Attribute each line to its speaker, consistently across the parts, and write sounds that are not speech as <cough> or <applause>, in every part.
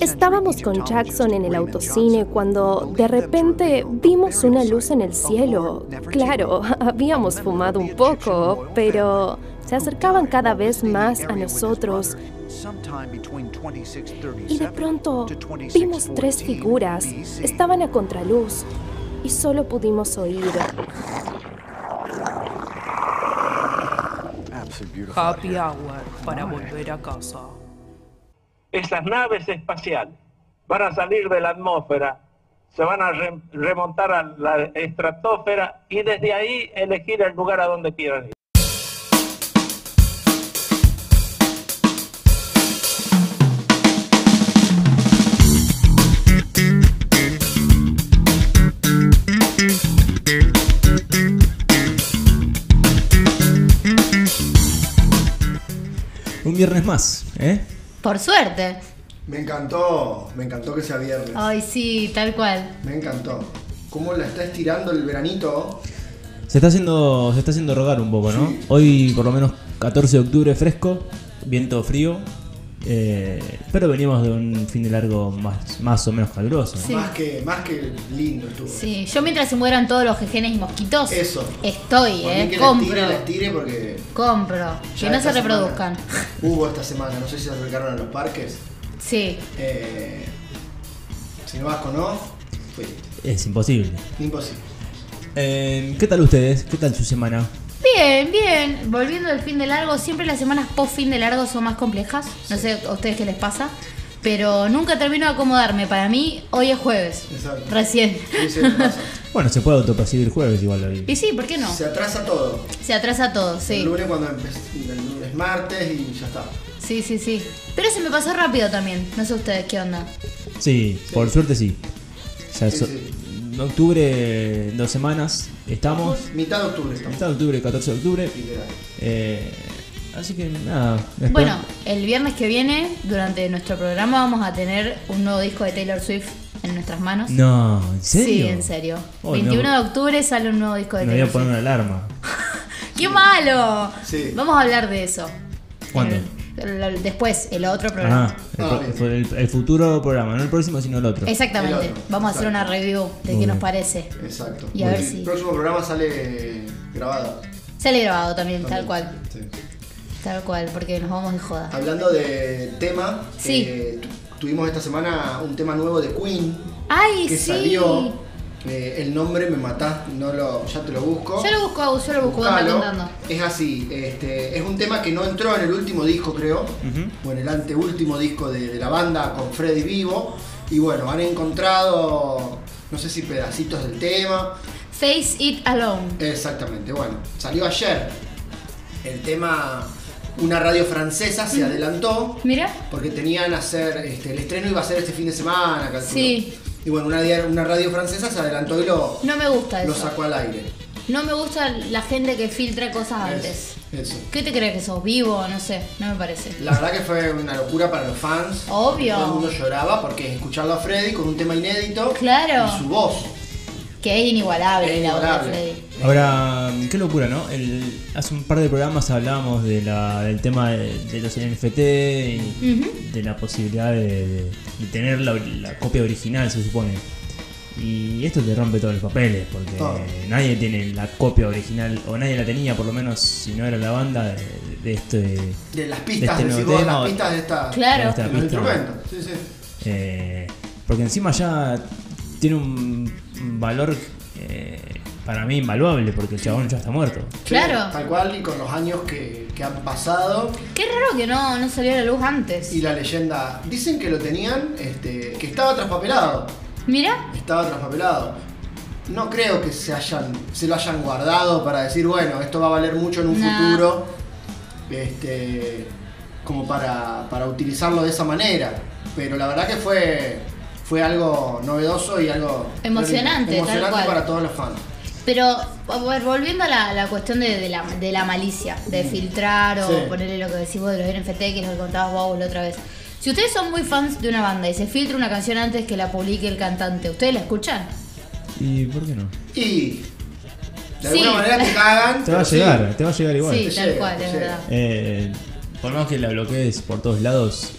Speaker 1: Estábamos con Jackson en el autocine cuando de repente vimos una luz en el cielo. Claro, <laughs> habíamos fumado un poco, pero se acercaban cada vez más a nosotros. Y de pronto vimos tres figuras. Estaban a contraluz y solo pudimos oír.
Speaker 2: Happy hour para volver a casa.
Speaker 3: Esas naves espaciales van a salir de la atmósfera, se van a re- remontar a la estratosfera y desde ahí elegir el lugar a donde quieran ir.
Speaker 4: Un viernes más, ¿eh?
Speaker 5: Por suerte.
Speaker 6: Me encantó, me encantó que sea viernes.
Speaker 5: Ay, sí, tal cual.
Speaker 6: Me encantó. ¿Cómo la está estirando el veranito?
Speaker 4: Se está haciendo, se está haciendo rogar un poco, ¿no? Hoy por lo menos 14 de octubre fresco, viento frío, eh, pero venimos de un fin de largo más, más o menos caluroso.
Speaker 5: Sí.
Speaker 6: Más, que, más que lindo estuvo.
Speaker 5: Sí, yo mientras se mueran todos los jejenes y mosquitos,
Speaker 6: Eso.
Speaker 5: estoy,
Speaker 6: Por mí
Speaker 5: eh.
Speaker 6: que la
Speaker 5: Compro.
Speaker 6: estire, la estire porque.
Speaker 5: Compro.
Speaker 6: ya
Speaker 5: Que no
Speaker 6: esta
Speaker 5: se
Speaker 6: semana
Speaker 5: reproduzcan.
Speaker 6: <laughs> Hubo esta semana, no sé si se acercaron a los parques.
Speaker 5: Sí.
Speaker 6: Eh, si no vas con no, fue
Speaker 4: Es imposible.
Speaker 6: imposible.
Speaker 4: Eh, ¿Qué tal ustedes? ¿Qué tal su semana?
Speaker 5: Bien, bien. Volviendo al fin de largo, siempre las semanas post fin de largo son más complejas. No sé a ustedes qué les pasa. Pero nunca termino de acomodarme. Para mí, hoy es jueves.
Speaker 6: Exacto.
Speaker 5: Recién.
Speaker 6: Sí, se me pasa.
Speaker 4: Bueno, se puede autopercibir jueves igual hoy.
Speaker 5: Y sí, ¿por qué <laughs> no?
Speaker 6: Se atrasa todo.
Speaker 5: Se atrasa todo,
Speaker 6: El
Speaker 5: sí.
Speaker 6: lunes cuando empe- el lunes martes y ya está.
Speaker 5: Sí, sí, sí. Pero se me pasó rápido también. No sé ustedes qué onda.
Speaker 4: Sí, por suerte sí. Ya
Speaker 6: Sí,
Speaker 4: so-
Speaker 6: sí.
Speaker 4: Octubre, dos semanas, estamos.
Speaker 6: Mitad de octubre estamos.
Speaker 4: Está de octubre, 14 de octubre.
Speaker 6: Literal.
Speaker 4: Eh, así que nada. espero-
Speaker 5: Bueno, el viernes que viene, durante nuestro programa, vamos a tener un nuevo disco de Taylor Swift en nuestras manos.
Speaker 4: No, ¿en serio?
Speaker 5: Sí, en serio.
Speaker 4: Oh,
Speaker 5: 21
Speaker 4: no,
Speaker 5: de octubre sale un nuevo disco de
Speaker 4: Me voy a
Speaker 5: Taylor
Speaker 4: poner
Speaker 5: Swift.
Speaker 4: una alarma.
Speaker 5: ¡Qué malo!
Speaker 6: Sí.
Speaker 5: Vamos a hablar de eso.
Speaker 4: ¿Cuándo?
Speaker 5: El- el- después, el otro
Speaker 4: Ah,
Speaker 5: programa.
Speaker 4: el,
Speaker 6: Ah,
Speaker 4: pro-
Speaker 6: bien.
Speaker 4: fue el- el futuro programa, no el próximo, sino el otro.
Speaker 5: Exactamente.
Speaker 6: El otro,
Speaker 5: Vamos a hacer
Speaker 6: exacto.
Speaker 5: una review de
Speaker 4: Muy
Speaker 5: qué nos
Speaker 4: bien.
Speaker 5: parece.
Speaker 6: Exacto.
Speaker 5: Y a ver
Speaker 6: El
Speaker 5: si-
Speaker 6: próximo programa sale grabado.
Speaker 5: Sale grabado también, tal cual.
Speaker 6: Sí.
Speaker 5: Tal cual, porque nos vamos de joda.
Speaker 6: Hablando de tema,
Speaker 5: Sí.
Speaker 6: eh, tu- tuvimos esta semana un tema nuevo de Queen
Speaker 5: ¡Ay,
Speaker 6: que
Speaker 5: sí!
Speaker 6: salió. Eh, el nombre me matás, no lo, ya te lo busco.
Speaker 5: Yo lo busco, Agus, yo lo busco, anda
Speaker 6: Buscalo.
Speaker 5: contando.
Speaker 6: Es así, este, es un tema que no entró en el último disco, creo, o en el anteúltimo disco de, de la banda con Freddy Vivo. Y bueno, han encontrado, no sé si pedacitos del tema,
Speaker 5: Face It Alone.
Speaker 6: Exactamente, bueno, salió ayer el tema, una radio francesa se adelantó
Speaker 5: Mira.
Speaker 6: porque tenían a hacer, este, el estreno iba a ser este fin de semana, calculo.
Speaker 5: Sí.
Speaker 6: Y bueno, una, dia- una radio francesa se adelantó y lo,
Speaker 5: No me gusta
Speaker 6: lo
Speaker 5: eso.
Speaker 6: sacó al aire.
Speaker 5: No me gusta la gente que filtra cosas antes.
Speaker 6: Es- eso.
Speaker 5: ¿Qué te crees que sos vivo? No sé, no me parece.
Speaker 6: La verdad que fue una locura para los fans.
Speaker 5: Obvio.
Speaker 6: Todo el mundo lloraba porque escucharlo a Freddy con un tema inédito
Speaker 5: Claro.
Speaker 6: y su voz.
Speaker 5: Que es inigualable
Speaker 6: Es
Speaker 5: la voz de
Speaker 6: inigualable.
Speaker 5: Freddy.
Speaker 4: Ahora, qué locura, ¿no? El- hace un par de programas hablábamos de la- del tema de, de los NFT y de la posibilidad de, de- de tener la, la copia original, se supone. Y esto te rompe todos los papeles, porque
Speaker 6: Todo.
Speaker 5: Oh.
Speaker 4: nadie tiene la copia original, o nadie la tenía, por lo menos si no era la banda, de, de este.
Speaker 6: De las
Speaker 4: De
Speaker 6: pistas,
Speaker 4: este
Speaker 6: decís
Speaker 4: nuevo
Speaker 6: vos,
Speaker 4: tema,
Speaker 6: las pistas de esta.
Speaker 5: Claro.
Speaker 4: Esta
Speaker 6: de los
Speaker 4: pista.
Speaker 6: instrumentos. Sí, sí.
Speaker 4: Eh, porque encima ya tiene un un valor eh, para mí invaluable, porque el chabón ya está muerto.
Speaker 5: Claro.
Speaker 6: Tal cual y con los años que, que han pasado
Speaker 5: Qué raro que no, no salió a la luz antes.
Speaker 6: y la leyenda. Dicen que lo tenían, este, que estaba traspapelado.
Speaker 5: Mira,
Speaker 6: Estaba traspapelado. No creo que se hayan, se lo hayan guardado para decir, bueno, esto va a valer mucho en un
Speaker 5: Nah.
Speaker 6: futuro. Este, como para, para utilizarlo de esa manera. Pero la verdad que fue, fue algo novedoso y algo
Speaker 5: Emocionante, tal
Speaker 6: emocionante
Speaker 5: cual.
Speaker 6: para todos los fans.
Speaker 5: pero a ver, volviendo a la, la cuestión de, de la, de la malicia, de filtrar o
Speaker 6: Sí.
Speaker 5: ponerle lo que decís vos de los NFT, que es lo que contabas vos la otra vez. Si ustedes son muy fans de una banda y se filtra una canción antes que la publique el cantante, ¿ustedes la escuchan?
Speaker 4: ¿Y por qué no?
Speaker 6: Y de
Speaker 5: Sí.
Speaker 6: alguna manera te cagan.
Speaker 4: Te va a
Speaker 6: pero sí.
Speaker 4: llegar, te va a llegar igual.
Speaker 5: sí,
Speaker 6: te
Speaker 5: tal
Speaker 6: llega,
Speaker 5: cual,
Speaker 6: te
Speaker 5: es
Speaker 6: llega.
Speaker 5: verdad.
Speaker 4: Eh, Por más que la bloquees por todos lados,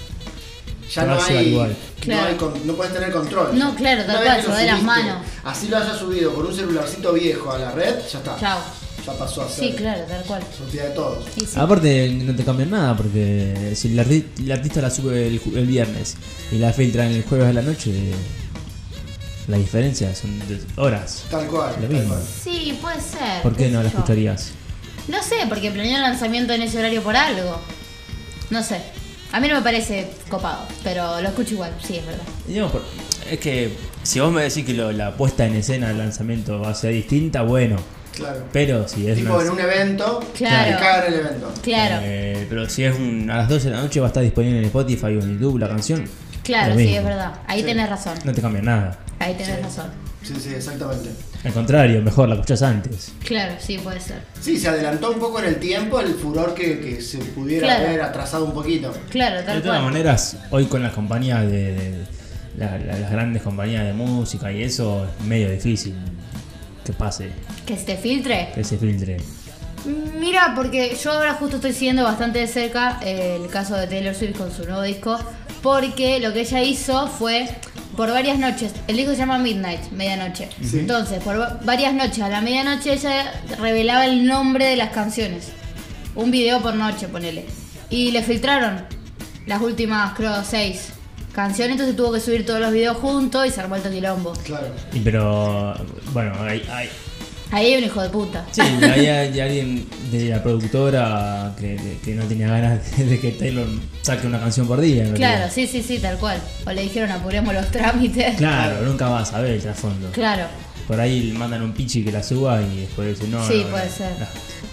Speaker 6: Ya no
Speaker 4: Va a ser
Speaker 6: hay,
Speaker 4: igual.
Speaker 5: Claro.
Speaker 6: no, hay con- no puedes tener control.
Speaker 5: No, claro, tal
Speaker 6: Una vez
Speaker 5: cual,
Speaker 6: que
Speaker 5: se
Speaker 6: lo
Speaker 5: va de las
Speaker 6: subiste,
Speaker 5: manos.
Speaker 6: Así lo hayas subido con un celularcito viejo a la red, ya está.
Speaker 5: Chao.
Speaker 6: Ya pasó a ser
Speaker 5: Sí, claro, tal cual.
Speaker 6: propiedad de todos.
Speaker 5: Sí, sí.
Speaker 4: Aparte, no te cambian nada porque si el, arti- el artista la sube el, ju- el viernes y la filtran el jueves a la noche, la diferencia son de horas.
Speaker 6: Tal cual.
Speaker 4: Lo
Speaker 6: tal
Speaker 4: mismo.
Speaker 6: cual.
Speaker 5: Sí, puede ser.
Speaker 4: ¿Por qué no
Speaker 5: sé
Speaker 4: la
Speaker 5: yo.
Speaker 4: escucharías?
Speaker 5: No sé, porque planeó el lanzamiento en ese horario por algo. No sé. A mí no me parece copado, pero lo escucho igual, sí, es verdad.
Speaker 4: Digamos, por- es que si vos me decís que lo- la puesta en escena del lanzamiento va a ser distinta, bueno.
Speaker 6: Claro.
Speaker 4: Pero si es.
Speaker 6: Tipo
Speaker 4: una-
Speaker 6: en un evento,
Speaker 5: Claro.
Speaker 6: te cagan el evento.
Speaker 5: Claro,
Speaker 4: eh, pero si es un- a las 12 de la noche va a estar disponible en Spotify o en YouTube la canción.
Speaker 5: claro,
Speaker 4: lo
Speaker 5: sí,
Speaker 4: mismo.
Speaker 5: es verdad. Ahí tenés razón.
Speaker 4: No te cambia nada.
Speaker 5: Ahí tenés razón.
Speaker 6: Sí, sí, exactamente.
Speaker 4: Al contrario, mejor la escuchás antes.
Speaker 5: Claro, sí, puede ser.
Speaker 6: Sí, se adelantó un poco en el tiempo el furor que, que se pudiera
Speaker 5: Claro.
Speaker 6: haber atrasado un poquito.
Speaker 5: Claro,
Speaker 4: De
Speaker 5: tal
Speaker 4: todas
Speaker 5: cual.
Speaker 4: maneras, hoy con las compañías de. de- la- la- las grandes compañías de música y eso, es medio difícil que pase,
Speaker 5: Que se te filtre.
Speaker 4: que se filtre.
Speaker 5: Mira, porque yo ahora justo estoy siguiendo bastante de cerca eh, el caso de Taylor Swift con su nuevo disco, porque lo que ella hizo fue por varias noches, el disco se llama Midnight, medianoche. Entonces, por va- varias noches, a la medianoche ella revelaba el nombre de las canciones. Un video por noche, ponele. Y le filtraron las últimas, creo, seis canciones, entonces tuvo que subir todos los videos juntos y se armó el toquilombo.
Speaker 6: Claro.
Speaker 4: Y pero, bueno, hay, hay,
Speaker 5: Ahí hay un hijo de puta.
Speaker 4: sí, hay, hay alguien de la productora que, que- que no tenía ganas de que Taylor saque una canción por día. en realidad.
Speaker 5: Claro, sí, sí, sí, tal cual. O le dijeron apuremos los trámites.
Speaker 4: Claro, nunca vas a ver el trasfondo.
Speaker 5: Claro,
Speaker 4: Por ahí le mandan un pichi que la suba y después dicen, no,
Speaker 5: Sí,
Speaker 4: no,
Speaker 5: puede
Speaker 4: la-
Speaker 5: ser.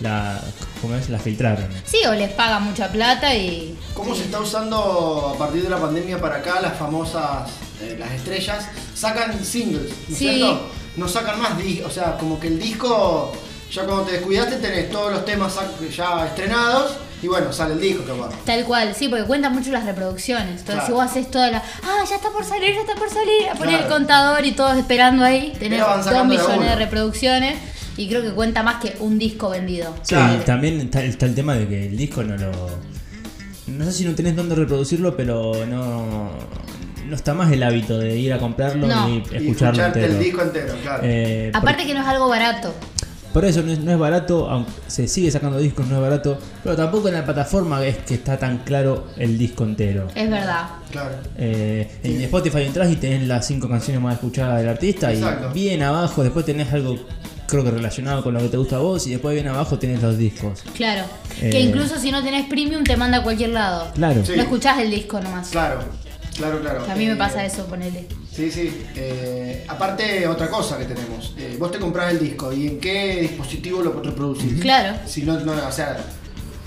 Speaker 4: La, la- ¿Cómo es? La filtraron.
Speaker 5: Sí, o les paga mucha plata y.
Speaker 6: ¿Cómo se está usando a partir de la pandemia para acá las famosas, eh, las estrellas? Sacan singles, ¿no es
Speaker 5: Sí.
Speaker 6: cierto? No sacan más discos, o sea, como que el disco, ya cuando te descuidaste tenés todos los temas sac- ya estrenados y bueno, sale el disco, capaz.
Speaker 5: Tal cual, sí, porque cuentan mucho las reproducciones. Entonces,
Speaker 6: Claro.
Speaker 5: si vos haces toda la. Ah, ya está por salir, ya está por salir. A poner el
Speaker 6: Claro.
Speaker 5: contador y todos esperando ahí. Tenés
Speaker 6: Pero van
Speaker 5: dos
Speaker 6: sacando de a
Speaker 5: millones de
Speaker 6: uno.
Speaker 5: reproducciones. Y creo que cuenta más que un disco vendido.
Speaker 4: Sí,
Speaker 6: Claro.
Speaker 4: también está, está el tema de que el disco no lo. No sé si no tenés dónde reproducirlo, pero no. No está más el hábito de ir a comprarlo
Speaker 5: No.
Speaker 4: y
Speaker 5: Y
Speaker 4: escucharlo
Speaker 6: y escucharte
Speaker 4: entero.
Speaker 6: el disco entero, claro.
Speaker 4: Eh, por-
Speaker 5: Aparte que no es algo barato.
Speaker 4: Por eso no es, no es barato, aunque se sigue sacando discos, no es barato, pero tampoco en la plataforma es que está tan claro el disco entero.
Speaker 5: Es verdad.
Speaker 6: Claro.
Speaker 4: Eh, en Spotify entras y tenés las cinco canciones más escuchadas del artista
Speaker 6: Exacto.
Speaker 4: y bien abajo después tenés algo creo que relacionado con lo que te gusta a vos y después bien abajo tenés los discos.
Speaker 5: Claro.
Speaker 4: Eh.
Speaker 5: Que incluso si no tenés premium te manda a cualquier lado.
Speaker 4: Claro.
Speaker 6: Sí.
Speaker 5: No escuchás el disco nomás.
Speaker 6: Claro, claro, claro.
Speaker 5: Que a mí me
Speaker 6: Eh,
Speaker 5: pasa eso, ponele.
Speaker 6: Sí, sí. Eh, aparte, otra cosa que tenemos. Eh, vos te comprás el disco y en qué dispositivo lo reproducís.
Speaker 5: Claro.
Speaker 6: Si no, no, o sea,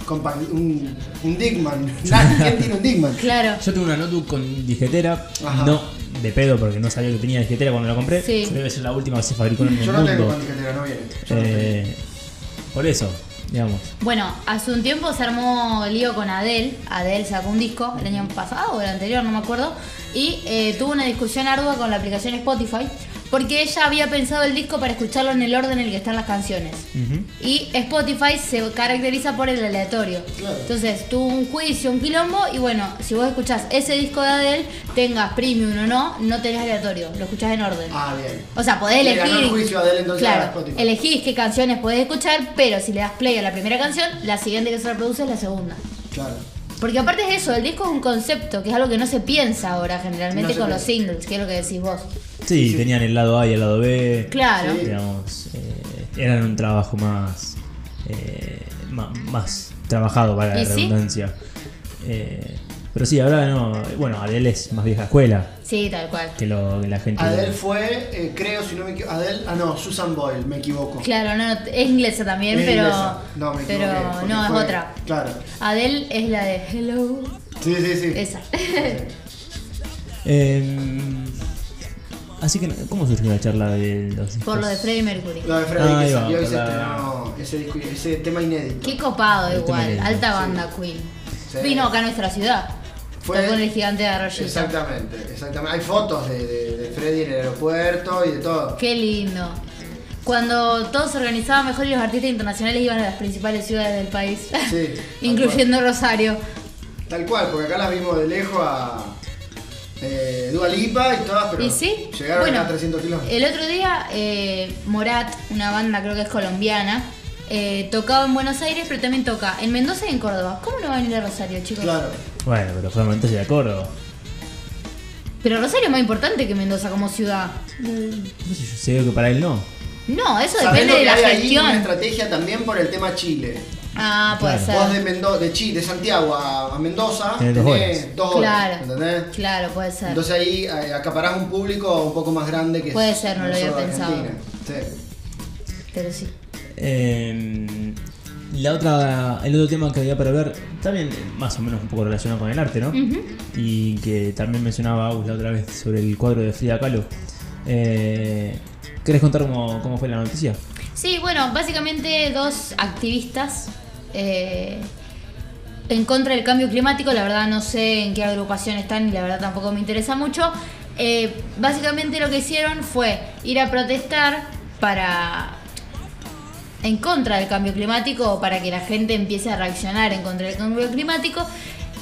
Speaker 6: compa- un, un Digman. <laughs> Nadie tiene un Digman.
Speaker 5: Claro.
Speaker 4: Yo tengo una notebook con disquetera,
Speaker 6: Ajá.
Speaker 4: no de pedo porque no sabía que tenía disquetera cuando la compré,
Speaker 5: Sí.
Speaker 4: debe ser la última que se fabricó en el
Speaker 6: Yo no
Speaker 4: mundo.
Speaker 6: tengo pandicatera, no viene. Yo no tengo.
Speaker 4: Eh, por eso, digamos.
Speaker 5: Bueno, hace un tiempo se armó lío con Adele. Adele sacó un disco el año pasado o el anterior, no me acuerdo. Y eh, tuvo una discusión ardua con la aplicación Spotify. Porque ella había pensado el disco para escucharlo en el orden en el que están las canciones. Y Spotify se caracteriza por el aleatorio.
Speaker 6: Claro.
Speaker 5: Entonces tuvo un juicio, un quilombo. Y bueno, si vos escuchás ese disco de Adele, tengas premium o no, no tenés aleatorio. Lo escuchás en orden.
Speaker 6: Ah, bien.
Speaker 5: O sea, podés
Speaker 6: Le ganó
Speaker 5: elegir.
Speaker 6: el juicio a Adele, entonces, a
Speaker 5: claro,
Speaker 6: Spotify.
Speaker 5: elegís qué canciones podés escuchar, pero si le das play a la primera canción, la siguiente que se reproduce es la segunda.
Speaker 6: Claro.
Speaker 5: Porque aparte es eso, el disco es un concepto, que es algo que no se piensa ahora
Speaker 6: No
Speaker 5: generalmente
Speaker 6: se
Speaker 5: con
Speaker 6: piensa.
Speaker 5: los singles, que es lo que decís vos.
Speaker 4: Sí, tenían el lado A y el lado B.
Speaker 5: Claro.
Speaker 6: Sí.
Speaker 4: Digamos, eh, eran un trabajo más, eh, ma- más, trabajado para la
Speaker 5: ¿Y sí?
Speaker 4: redundancia. Eh, pero sí, ahora no. Bueno, Adele es más vieja escuela
Speaker 5: Sí, tal cual.
Speaker 4: que lo que la gente.
Speaker 6: Adele fue, eh, creo, si no me equivoco. Adele, ah, no, Susan Boyle, me equivoco.
Speaker 5: Claro, no, no, es inglesa también,
Speaker 6: Es
Speaker 5: pero.
Speaker 6: inglesa. No, me
Speaker 5: pero
Speaker 6: equivoqué, porque
Speaker 5: no, es
Speaker 6: fue-
Speaker 5: otra.
Speaker 6: Claro.
Speaker 5: Adele es la de Hello.
Speaker 6: Sí, sí, sí.
Speaker 5: Esa. <laughs>
Speaker 4: Eh, así que, ¿cómo surgió la charla de los
Speaker 5: Por lo de
Speaker 4: discos?
Speaker 5: Freddie Mercury.
Speaker 6: Lo de Freddy
Speaker 4: Ahí
Speaker 6: que
Speaker 4: va,
Speaker 6: salió y se
Speaker 4: la-
Speaker 6: estrenó ese, disco- ese tema inédito.
Speaker 5: Qué copado
Speaker 4: Este
Speaker 5: igual,
Speaker 4: merengue,
Speaker 5: alta
Speaker 4: sí.
Speaker 5: banda Queen.
Speaker 6: Sí.
Speaker 5: Vino acá a nuestra ciudad.
Speaker 6: Fue-
Speaker 5: Tocó en el gigante de Arroyito.
Speaker 6: Exactamente, exactamente. Hay fotos de, de- de Freddy en el aeropuerto y de todo.
Speaker 5: Qué lindo. Cuando todo se organizaba mejor y los artistas internacionales iban a las principales ciudades del país,
Speaker 6: Sí, tal
Speaker 5: <laughs> incluyendo Rosario.
Speaker 6: Tal cual, porque acá las vimos de lejos a eh, Dua Lipa y todas, pero
Speaker 5: ¿Y sí?
Speaker 6: llegaron
Speaker 5: Bueno,
Speaker 6: a 300 kilómetros.
Speaker 5: El otro día, eh, Morat, una banda creo que es colombiana, eh, tocaba en Buenos Aires, pero también toca en Mendoza y en Córdoba. ¿Cómo no va a venir a Rosario, chicos?
Speaker 6: Claro.
Speaker 4: Bueno, pero fue Mendoza y a Córdoba.
Speaker 5: Pero Rosario es más importante que Mendoza como ciudad.
Speaker 4: No sé, yo sé que para él no.
Speaker 5: No, eso
Speaker 6: ¿Sabés
Speaker 5: depende
Speaker 6: lo
Speaker 5: de
Speaker 6: que
Speaker 5: la
Speaker 6: hay ahí? Una
Speaker 5: gestión.
Speaker 6: estrategia también por el tema Chile.
Speaker 5: Ah, puede
Speaker 6: Vos de,
Speaker 5: ser.
Speaker 6: Mendo- de, Chi- de Santiago a, a Mendoza
Speaker 4: Tenés dos horas.
Speaker 6: dos horas,
Speaker 5: Claro.
Speaker 6: ¿entendés?
Speaker 5: Claro, puede ser.
Speaker 6: Entonces ahí eh, acaparás un público un poco más grande que
Speaker 5: Puede ser, no lo había
Speaker 6: solo
Speaker 5: pensado.
Speaker 6: Argentina. Sí.
Speaker 5: Pero sí.
Speaker 4: Eh, la otra, el otro tema que había para ver, también eh, más o menos un poco relacionado con el arte, ¿no? Y que también mencionaba Agus la otra vez sobre el cuadro de Frida Kahlo. Eh, ¿Querés contar cómo, cómo fue la noticia?
Speaker 5: Sí, bueno, básicamente dos activistas eh, en contra del cambio climático, la verdad no sé en qué agrupación están y la verdad tampoco me interesa mucho. Eh, básicamente lo que hicieron fue ir a protestar para en contra del cambio climático o para que la gente empiece a reaccionar en contra del cambio climático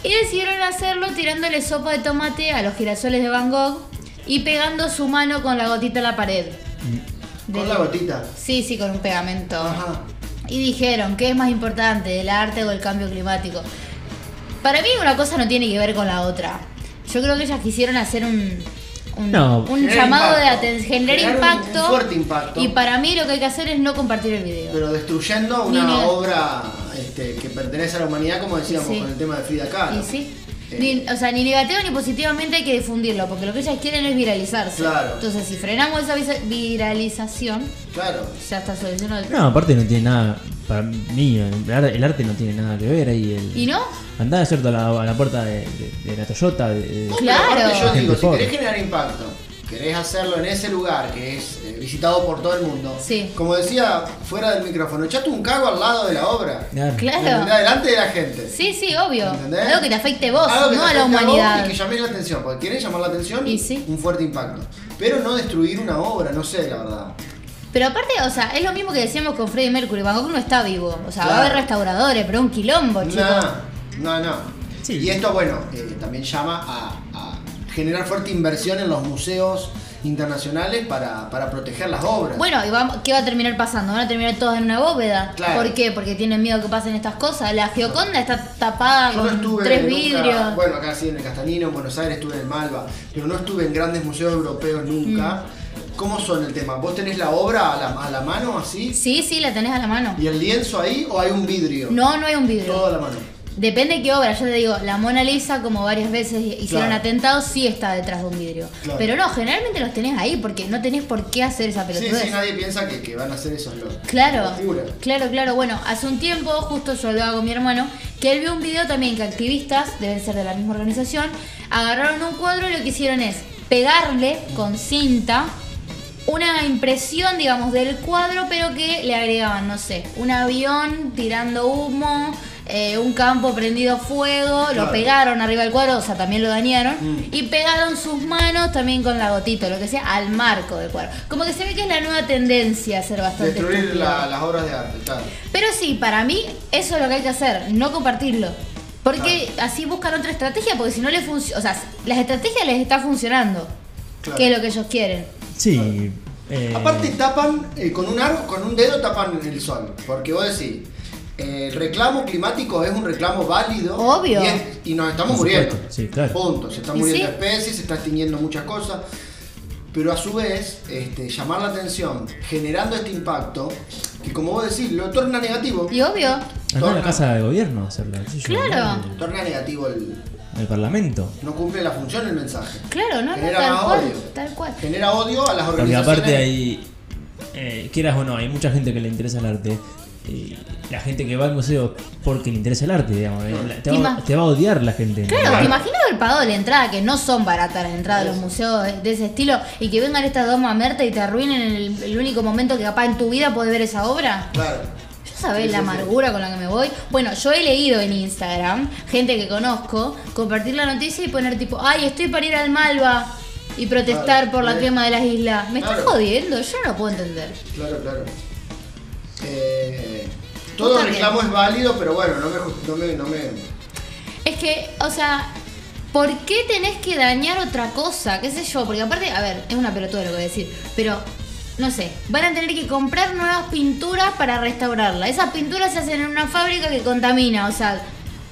Speaker 5: y decidieron hacerlo tirándole sopa de tomate a los girasoles de Van Gogh y pegando su mano con la gotita a la pared.
Speaker 6: Con
Speaker 5: De-
Speaker 6: la gotita.
Speaker 5: Sí, sí, con un pegamento.
Speaker 6: Ajá.
Speaker 5: Y dijeron, ¿qué es más importante, el arte o el cambio climático? Para mí una cosa no tiene que ver con la otra. Yo creo que ellas quisieron hacer un, un,
Speaker 4: No.
Speaker 5: un
Speaker 6: Generar
Speaker 5: llamado de
Speaker 6: impacto.
Speaker 5: atención, generar
Speaker 6: Generar un-
Speaker 5: impacto,
Speaker 6: un fuerte impacto.
Speaker 5: Y para mí lo que hay que hacer es no compartir el video.
Speaker 6: Pero destruyendo
Speaker 5: Ni
Speaker 6: una
Speaker 5: nada.
Speaker 6: obra este, que pertenece a la humanidad, como decíamos
Speaker 5: Sí.
Speaker 6: con el tema de Frida Kahlo.
Speaker 5: y sí.
Speaker 6: Eh,
Speaker 5: Ni- o sea, ni negativo ni positivamente hay que difundirlo, porque lo que ellas quieren es viralizarse.
Speaker 6: Claro.
Speaker 5: Entonces, si frenamos esa visa- viralización,
Speaker 6: Claro.
Speaker 5: ya está solucionado el
Speaker 4: No, aparte no tiene nada, para mí, el ar- el arte no tiene nada que ver ahí. El,
Speaker 5: ¿Y no?
Speaker 4: Andá, ¿cierto? A la, a la puerta de, de- de la Toyota. de- de-
Speaker 6: No,
Speaker 5: Claro.
Speaker 6: pero aparte yo
Speaker 4: Gente
Speaker 6: digo, si
Speaker 4: pobre.
Speaker 6: querés generar impacto, querés hacerlo en ese lugar que es eh, visitado por todo el mundo.
Speaker 5: Sí.
Speaker 6: Como decía fuera del micrófono, echate un cago al lado de la obra.
Speaker 4: Claro.
Speaker 5: Claro.
Speaker 6: Delante de la gente.
Speaker 5: Sí, sí, obvio.
Speaker 6: ¿Entendés?
Speaker 5: Algo que te afecte vos,
Speaker 6: Algo que
Speaker 5: no
Speaker 6: te
Speaker 5: a la
Speaker 6: afecte vos
Speaker 5: humanidad.
Speaker 6: y que llames la atención, porque quieren llamar la atención
Speaker 5: Y sí.
Speaker 6: un fuerte impacto. Pero no destruir una obra, no sé, la verdad.
Speaker 5: Pero aparte, o sea, es lo mismo que decíamos con Freddie Mercury. Van Gogh no está vivo. O sea, va a
Speaker 6: Claro.
Speaker 5: haber restauradores, pero un quilombo, chicos.
Speaker 6: No, no, no.
Speaker 4: Sí.
Speaker 6: Y esto, bueno, eh, también llama a, a generar fuerte inversión en los museos internacionales para, para proteger las obras.
Speaker 5: Bueno, ¿y vamos- qué va a terminar pasando? Van a terminar todos en una bóveda.
Speaker 6: Claro.
Speaker 5: ¿Por qué? Porque tienen miedo que pasen estas cosas. La Gioconda está tapada
Speaker 6: Yo no
Speaker 5: con
Speaker 6: estuve
Speaker 5: tres
Speaker 6: nunca-
Speaker 5: vidrios.
Speaker 6: Bueno, acá sí, en el Castanino, en Buenos Aires, estuve en el Malva, pero no estuve en grandes museos europeos nunca.
Speaker 5: Mm.
Speaker 6: ¿Cómo son el tema? ¿Vos tenés la obra a la, a la mano así?
Speaker 5: Sí, sí, la tenés a la mano.
Speaker 6: ¿Y el lienzo ahí o hay un vidrio?
Speaker 5: No, no hay un vidrio.
Speaker 6: Todo a la mano.
Speaker 5: Depende de qué obra, yo te digo, la Mona Lisa, como varias veces hicieron
Speaker 6: Claro.
Speaker 5: atentados, sí está detrás de un vidrio.
Speaker 6: Claro.
Speaker 5: Pero no, generalmente los tenés ahí porque no tenés por qué hacer esa
Speaker 6: Sí,
Speaker 5: pelotudez.
Speaker 6: sí, nadie piensa que, que van a hacer esos locos.
Speaker 5: Claro,
Speaker 6: Locura.
Speaker 5: claro, claro. Bueno, hace un tiempo, justo yo lo hago con mi hermano, que él vio un video también que activistas, deben ser de la misma organización, agarraron un cuadro y lo que hicieron es pegarle con cinta una impresión, digamos, del cuadro, pero que le agregaban, no sé, un avión tirando humo, eh, un campo prendido fuego, lo
Speaker 6: Claro.
Speaker 5: pegaron arriba del cuadro, o sea, también lo dañaron,
Speaker 6: Mm.
Speaker 5: y pegaron sus manos también con la gotita, lo que sea, al marco del cuadro. Como que se ve que es la nueva tendencia a ser bastante...
Speaker 6: Destruir
Speaker 5: estúpido.
Speaker 6: la- las obras de arte, claro.
Speaker 5: Pero sí, para mí eso es lo que hay que hacer, no compartirlo. Porque así buscan otra estrategia, porque si no les funciona, o sea, las estrategias les está funcionando,
Speaker 6: Claro.
Speaker 5: que es lo que ellos quieren.
Speaker 4: Sí. eh,
Speaker 6: Aparte tapan, eh, con un aro, con un dedo tapan el sol. Porque vos decís, eh, el reclamo climático es un reclamo válido.
Speaker 5: Obvio.
Speaker 6: Y, es- y nos estamos
Speaker 4: Por
Speaker 6: muriendo.
Speaker 4: supuesto, sí, claro.
Speaker 6: Punto. Se están
Speaker 5: Y
Speaker 6: muriendo
Speaker 5: sí.
Speaker 6: especies, se están extinguiendo muchas cosas. Pero a su vez, este, llamar la atención, generando este impacto, que como vos decís, lo torna negativo.
Speaker 5: Y obvio,
Speaker 4: Acá en la
Speaker 6: torna-
Speaker 4: casa de gobierno hacerlo. sí, yo-
Speaker 5: Claro.
Speaker 6: Torna negativo el.
Speaker 4: El parlamento.
Speaker 6: No cumple la función el mensaje.
Speaker 5: claro, no, no,
Speaker 6: Genera
Speaker 5: tal
Speaker 6: más
Speaker 5: cual,
Speaker 6: odio.
Speaker 5: tal cual.
Speaker 6: Genera odio a las
Speaker 4: Porque
Speaker 6: organizaciones.
Speaker 4: aparte hay, eh, quieras o no, hay mucha gente que le interesa el arte. y la gente que va al museo porque le interesa el arte, digamos. eh, la- te,
Speaker 5: Y
Speaker 4: va,
Speaker 5: más-
Speaker 4: te va a odiar la gente.
Speaker 5: Claro,
Speaker 4: ¿no?
Speaker 5: te imaginas haber pagado la entrada, que no son baratas las entradas de los museos de- de ese estilo, y que vengan estas dos mamertas y te arruinen el, el único momento que capaz en tu vida podés ver esa obra.
Speaker 6: Claro.
Speaker 5: ¿Ya sabés
Speaker 6: Sí,
Speaker 5: la
Speaker 6: sí, sí.
Speaker 5: amargura con la que me voy? Bueno, yo he leído en Instagram, gente que conozco, compartir la noticia y poner tipo, ay, estoy para ir al Malva y protestar
Speaker 6: Claro,
Speaker 5: por la
Speaker 6: sí.
Speaker 5: quema de las islas. Me
Speaker 6: Claro.
Speaker 5: estás jodiendo, yo no lo puedo entender.
Speaker 6: Claro, claro. Eh, todo
Speaker 5: también.
Speaker 6: reclamo es válido, pero bueno, no me, ju- no me, no me-
Speaker 5: Es que, o sea, ¿por qué tenés que dañar otra cosa? ¿Qué sé yo? Porque aparte, a ver, es una pelotuda lo que voy a decir, pero no sé, van a tener que comprar nuevas pinturas para restaurarla. Esas pinturas se hacen en una fábrica que contamina, o sea,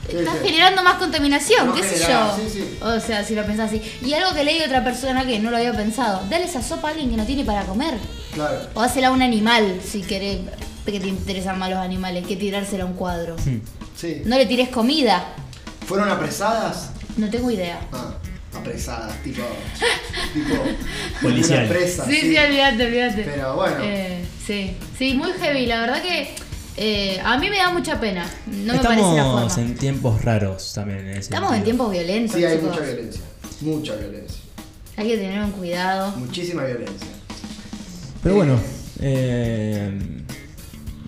Speaker 6: Sí,
Speaker 5: estás
Speaker 6: sí.
Speaker 5: generando más contaminación,
Speaker 6: No
Speaker 5: qué sé
Speaker 6: genera,
Speaker 5: yo.
Speaker 6: sí, sí.
Speaker 5: O sea, si lo pensás así. Y algo que leí de otra persona que no lo había pensado, dale esa sopa a alguien que no tiene para comer.
Speaker 6: Claro.
Speaker 5: O házela a un animal, si querés, que te interesan más los animales, que tirársela a un cuadro.
Speaker 6: Sí.
Speaker 5: No le tires comida.
Speaker 6: ¿Fueron apresadas?
Speaker 5: No tengo idea.
Speaker 6: Ah, apresadas,
Speaker 5: <laughs>
Speaker 6: tipo. tipo.
Speaker 4: Policial.
Speaker 6: una presa,
Speaker 5: Sí, sí, olvídate, olvídate.
Speaker 6: Pero bueno.
Speaker 5: Eh, sí, sí, muy heavy. La verdad que eh, a mí me da mucha pena. No me parece la forma.
Speaker 4: Estamos en tiempos raros también. en ese
Speaker 5: Estamos en
Speaker 4: sentido.
Speaker 5: tiempos violentos.
Speaker 6: Sí, hay
Speaker 5: chicos.
Speaker 6: mucha violencia. Mucha violencia.
Speaker 5: Hay que tener un cuidado.
Speaker 6: Muchísima violencia.
Speaker 4: Pero bueno, eh,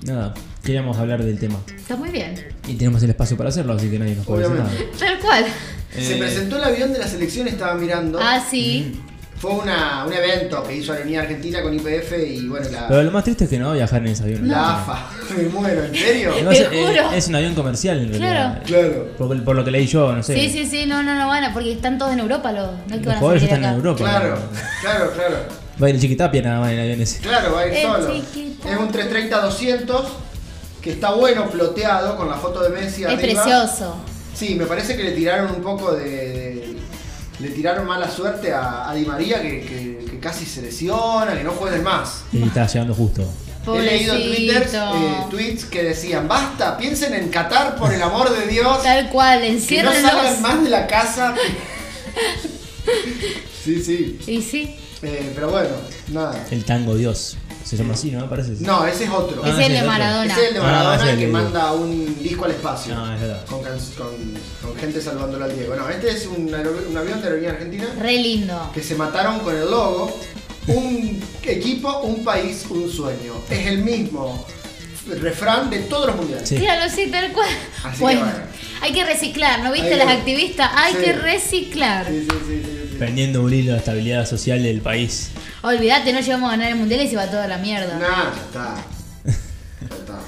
Speaker 4: nada, queríamos hablar del tema.
Speaker 5: Está muy bien.
Speaker 4: Y tenemos el espacio para hacerlo, así que nadie nos puede decir nada.
Speaker 6: Obviamente.
Speaker 5: Tal cual.
Speaker 6: Se
Speaker 4: Eh.
Speaker 6: presentó el avión de la selección, estaba mirando.
Speaker 5: Ah, sí.
Speaker 4: Mm,
Speaker 6: Fue una, un evento que hizo Aerolínea Argentina con IPF y bueno, la,
Speaker 4: Pero lo más triste es que no va a viajar en ese avión.
Speaker 6: la AFA. <laughs> Me muero, ¿en serio?
Speaker 4: No, es,
Speaker 5: Te juro.
Speaker 4: es un avión comercial en
Speaker 5: Claro.
Speaker 4: realidad.
Speaker 6: Claro.
Speaker 4: Por, por lo que leí yo, no sé.
Speaker 5: Sí, sí, sí. No, no, no van a, porque están todos en Europa. Los, no es que
Speaker 4: Los
Speaker 5: van a
Speaker 4: jugadores
Speaker 5: salir
Speaker 4: ya están
Speaker 5: acá.
Speaker 4: en Europa.
Speaker 6: Claro, claro, claro.
Speaker 4: Va a ir el Chiquitapia nada más en avión ese.
Speaker 6: Claro, va a ir
Speaker 5: El
Speaker 6: solo.
Speaker 5: chiquito.
Speaker 6: Es un 330-200 que está bueno, ploteado, con la foto de Messi
Speaker 5: Es
Speaker 6: arriba.
Speaker 5: precioso.
Speaker 6: Sí, me parece que le tiraron un poco de. de- le tiraron mala suerte a, a Di María que, que- que casi se lesiona, que no juegues más.
Speaker 4: Y está llegando justo.
Speaker 6: He leído twitters,
Speaker 5: Pobrecito.
Speaker 6: eh, tweets que decían, basta, piensen en Qatar por el amor de Dios.
Speaker 5: Tal cual,
Speaker 6: Que no
Speaker 5: enciérrenlos.
Speaker 6: salgan más de la
Speaker 5: <laughs>
Speaker 6: casa. sí, sí.
Speaker 5: Y sí.
Speaker 6: Eh, pero bueno, nada.
Speaker 4: El tango Dios. Se llama así, ¿no? Me parece.
Speaker 6: No, ese es
Speaker 4: Eh.
Speaker 6: otro.
Speaker 4: Ah,
Speaker 5: es el
Speaker 4: sí,
Speaker 5: de
Speaker 4: otro.
Speaker 5: Maradona.
Speaker 6: Ese es el de Maradona
Speaker 4: Ah, ese es el
Speaker 6: que
Speaker 4: de-
Speaker 6: manda un disco al espacio.
Speaker 4: Ah, es verdad.
Speaker 6: con, can- con- con gente salvándolo al Diego. Bueno, este es un, aer- un avión de aerolínea argentina
Speaker 5: Re lindo.
Speaker 6: que se mataron con el logo. Un equipo, un país, un sueño. Es el mismo refrán de todos los mundiales.
Speaker 4: Sí.
Speaker 5: Claro, sí, tal cual.
Speaker 6: Así que
Speaker 5: bueno,
Speaker 6: bueno.
Speaker 5: hay que reciclar, ¿no viste
Speaker 6: Hay
Speaker 5: las
Speaker 6: que-
Speaker 5: activistas? Hay
Speaker 6: sí.
Speaker 5: que reciclar.
Speaker 6: Sí, sí, sí, sí, sí.
Speaker 4: Prendiendo un hilo de estabilidad social del país.
Speaker 5: Olvídate, no llegamos a ganar el mundial y se va toda la mierda.
Speaker 6: Nah, ya está. Ya está.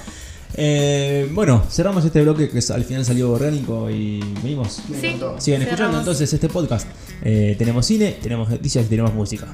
Speaker 4: Eh, bueno, cerramos este bloque que es- al final salió orgánico y venimos.
Speaker 6: Me
Speaker 5: Sí.
Speaker 6: encantó.
Speaker 4: Sigan escuchando
Speaker 5: Cerramos.
Speaker 4: entonces este podcast. Eh, tenemos cine, tenemos noticias y tenemos música.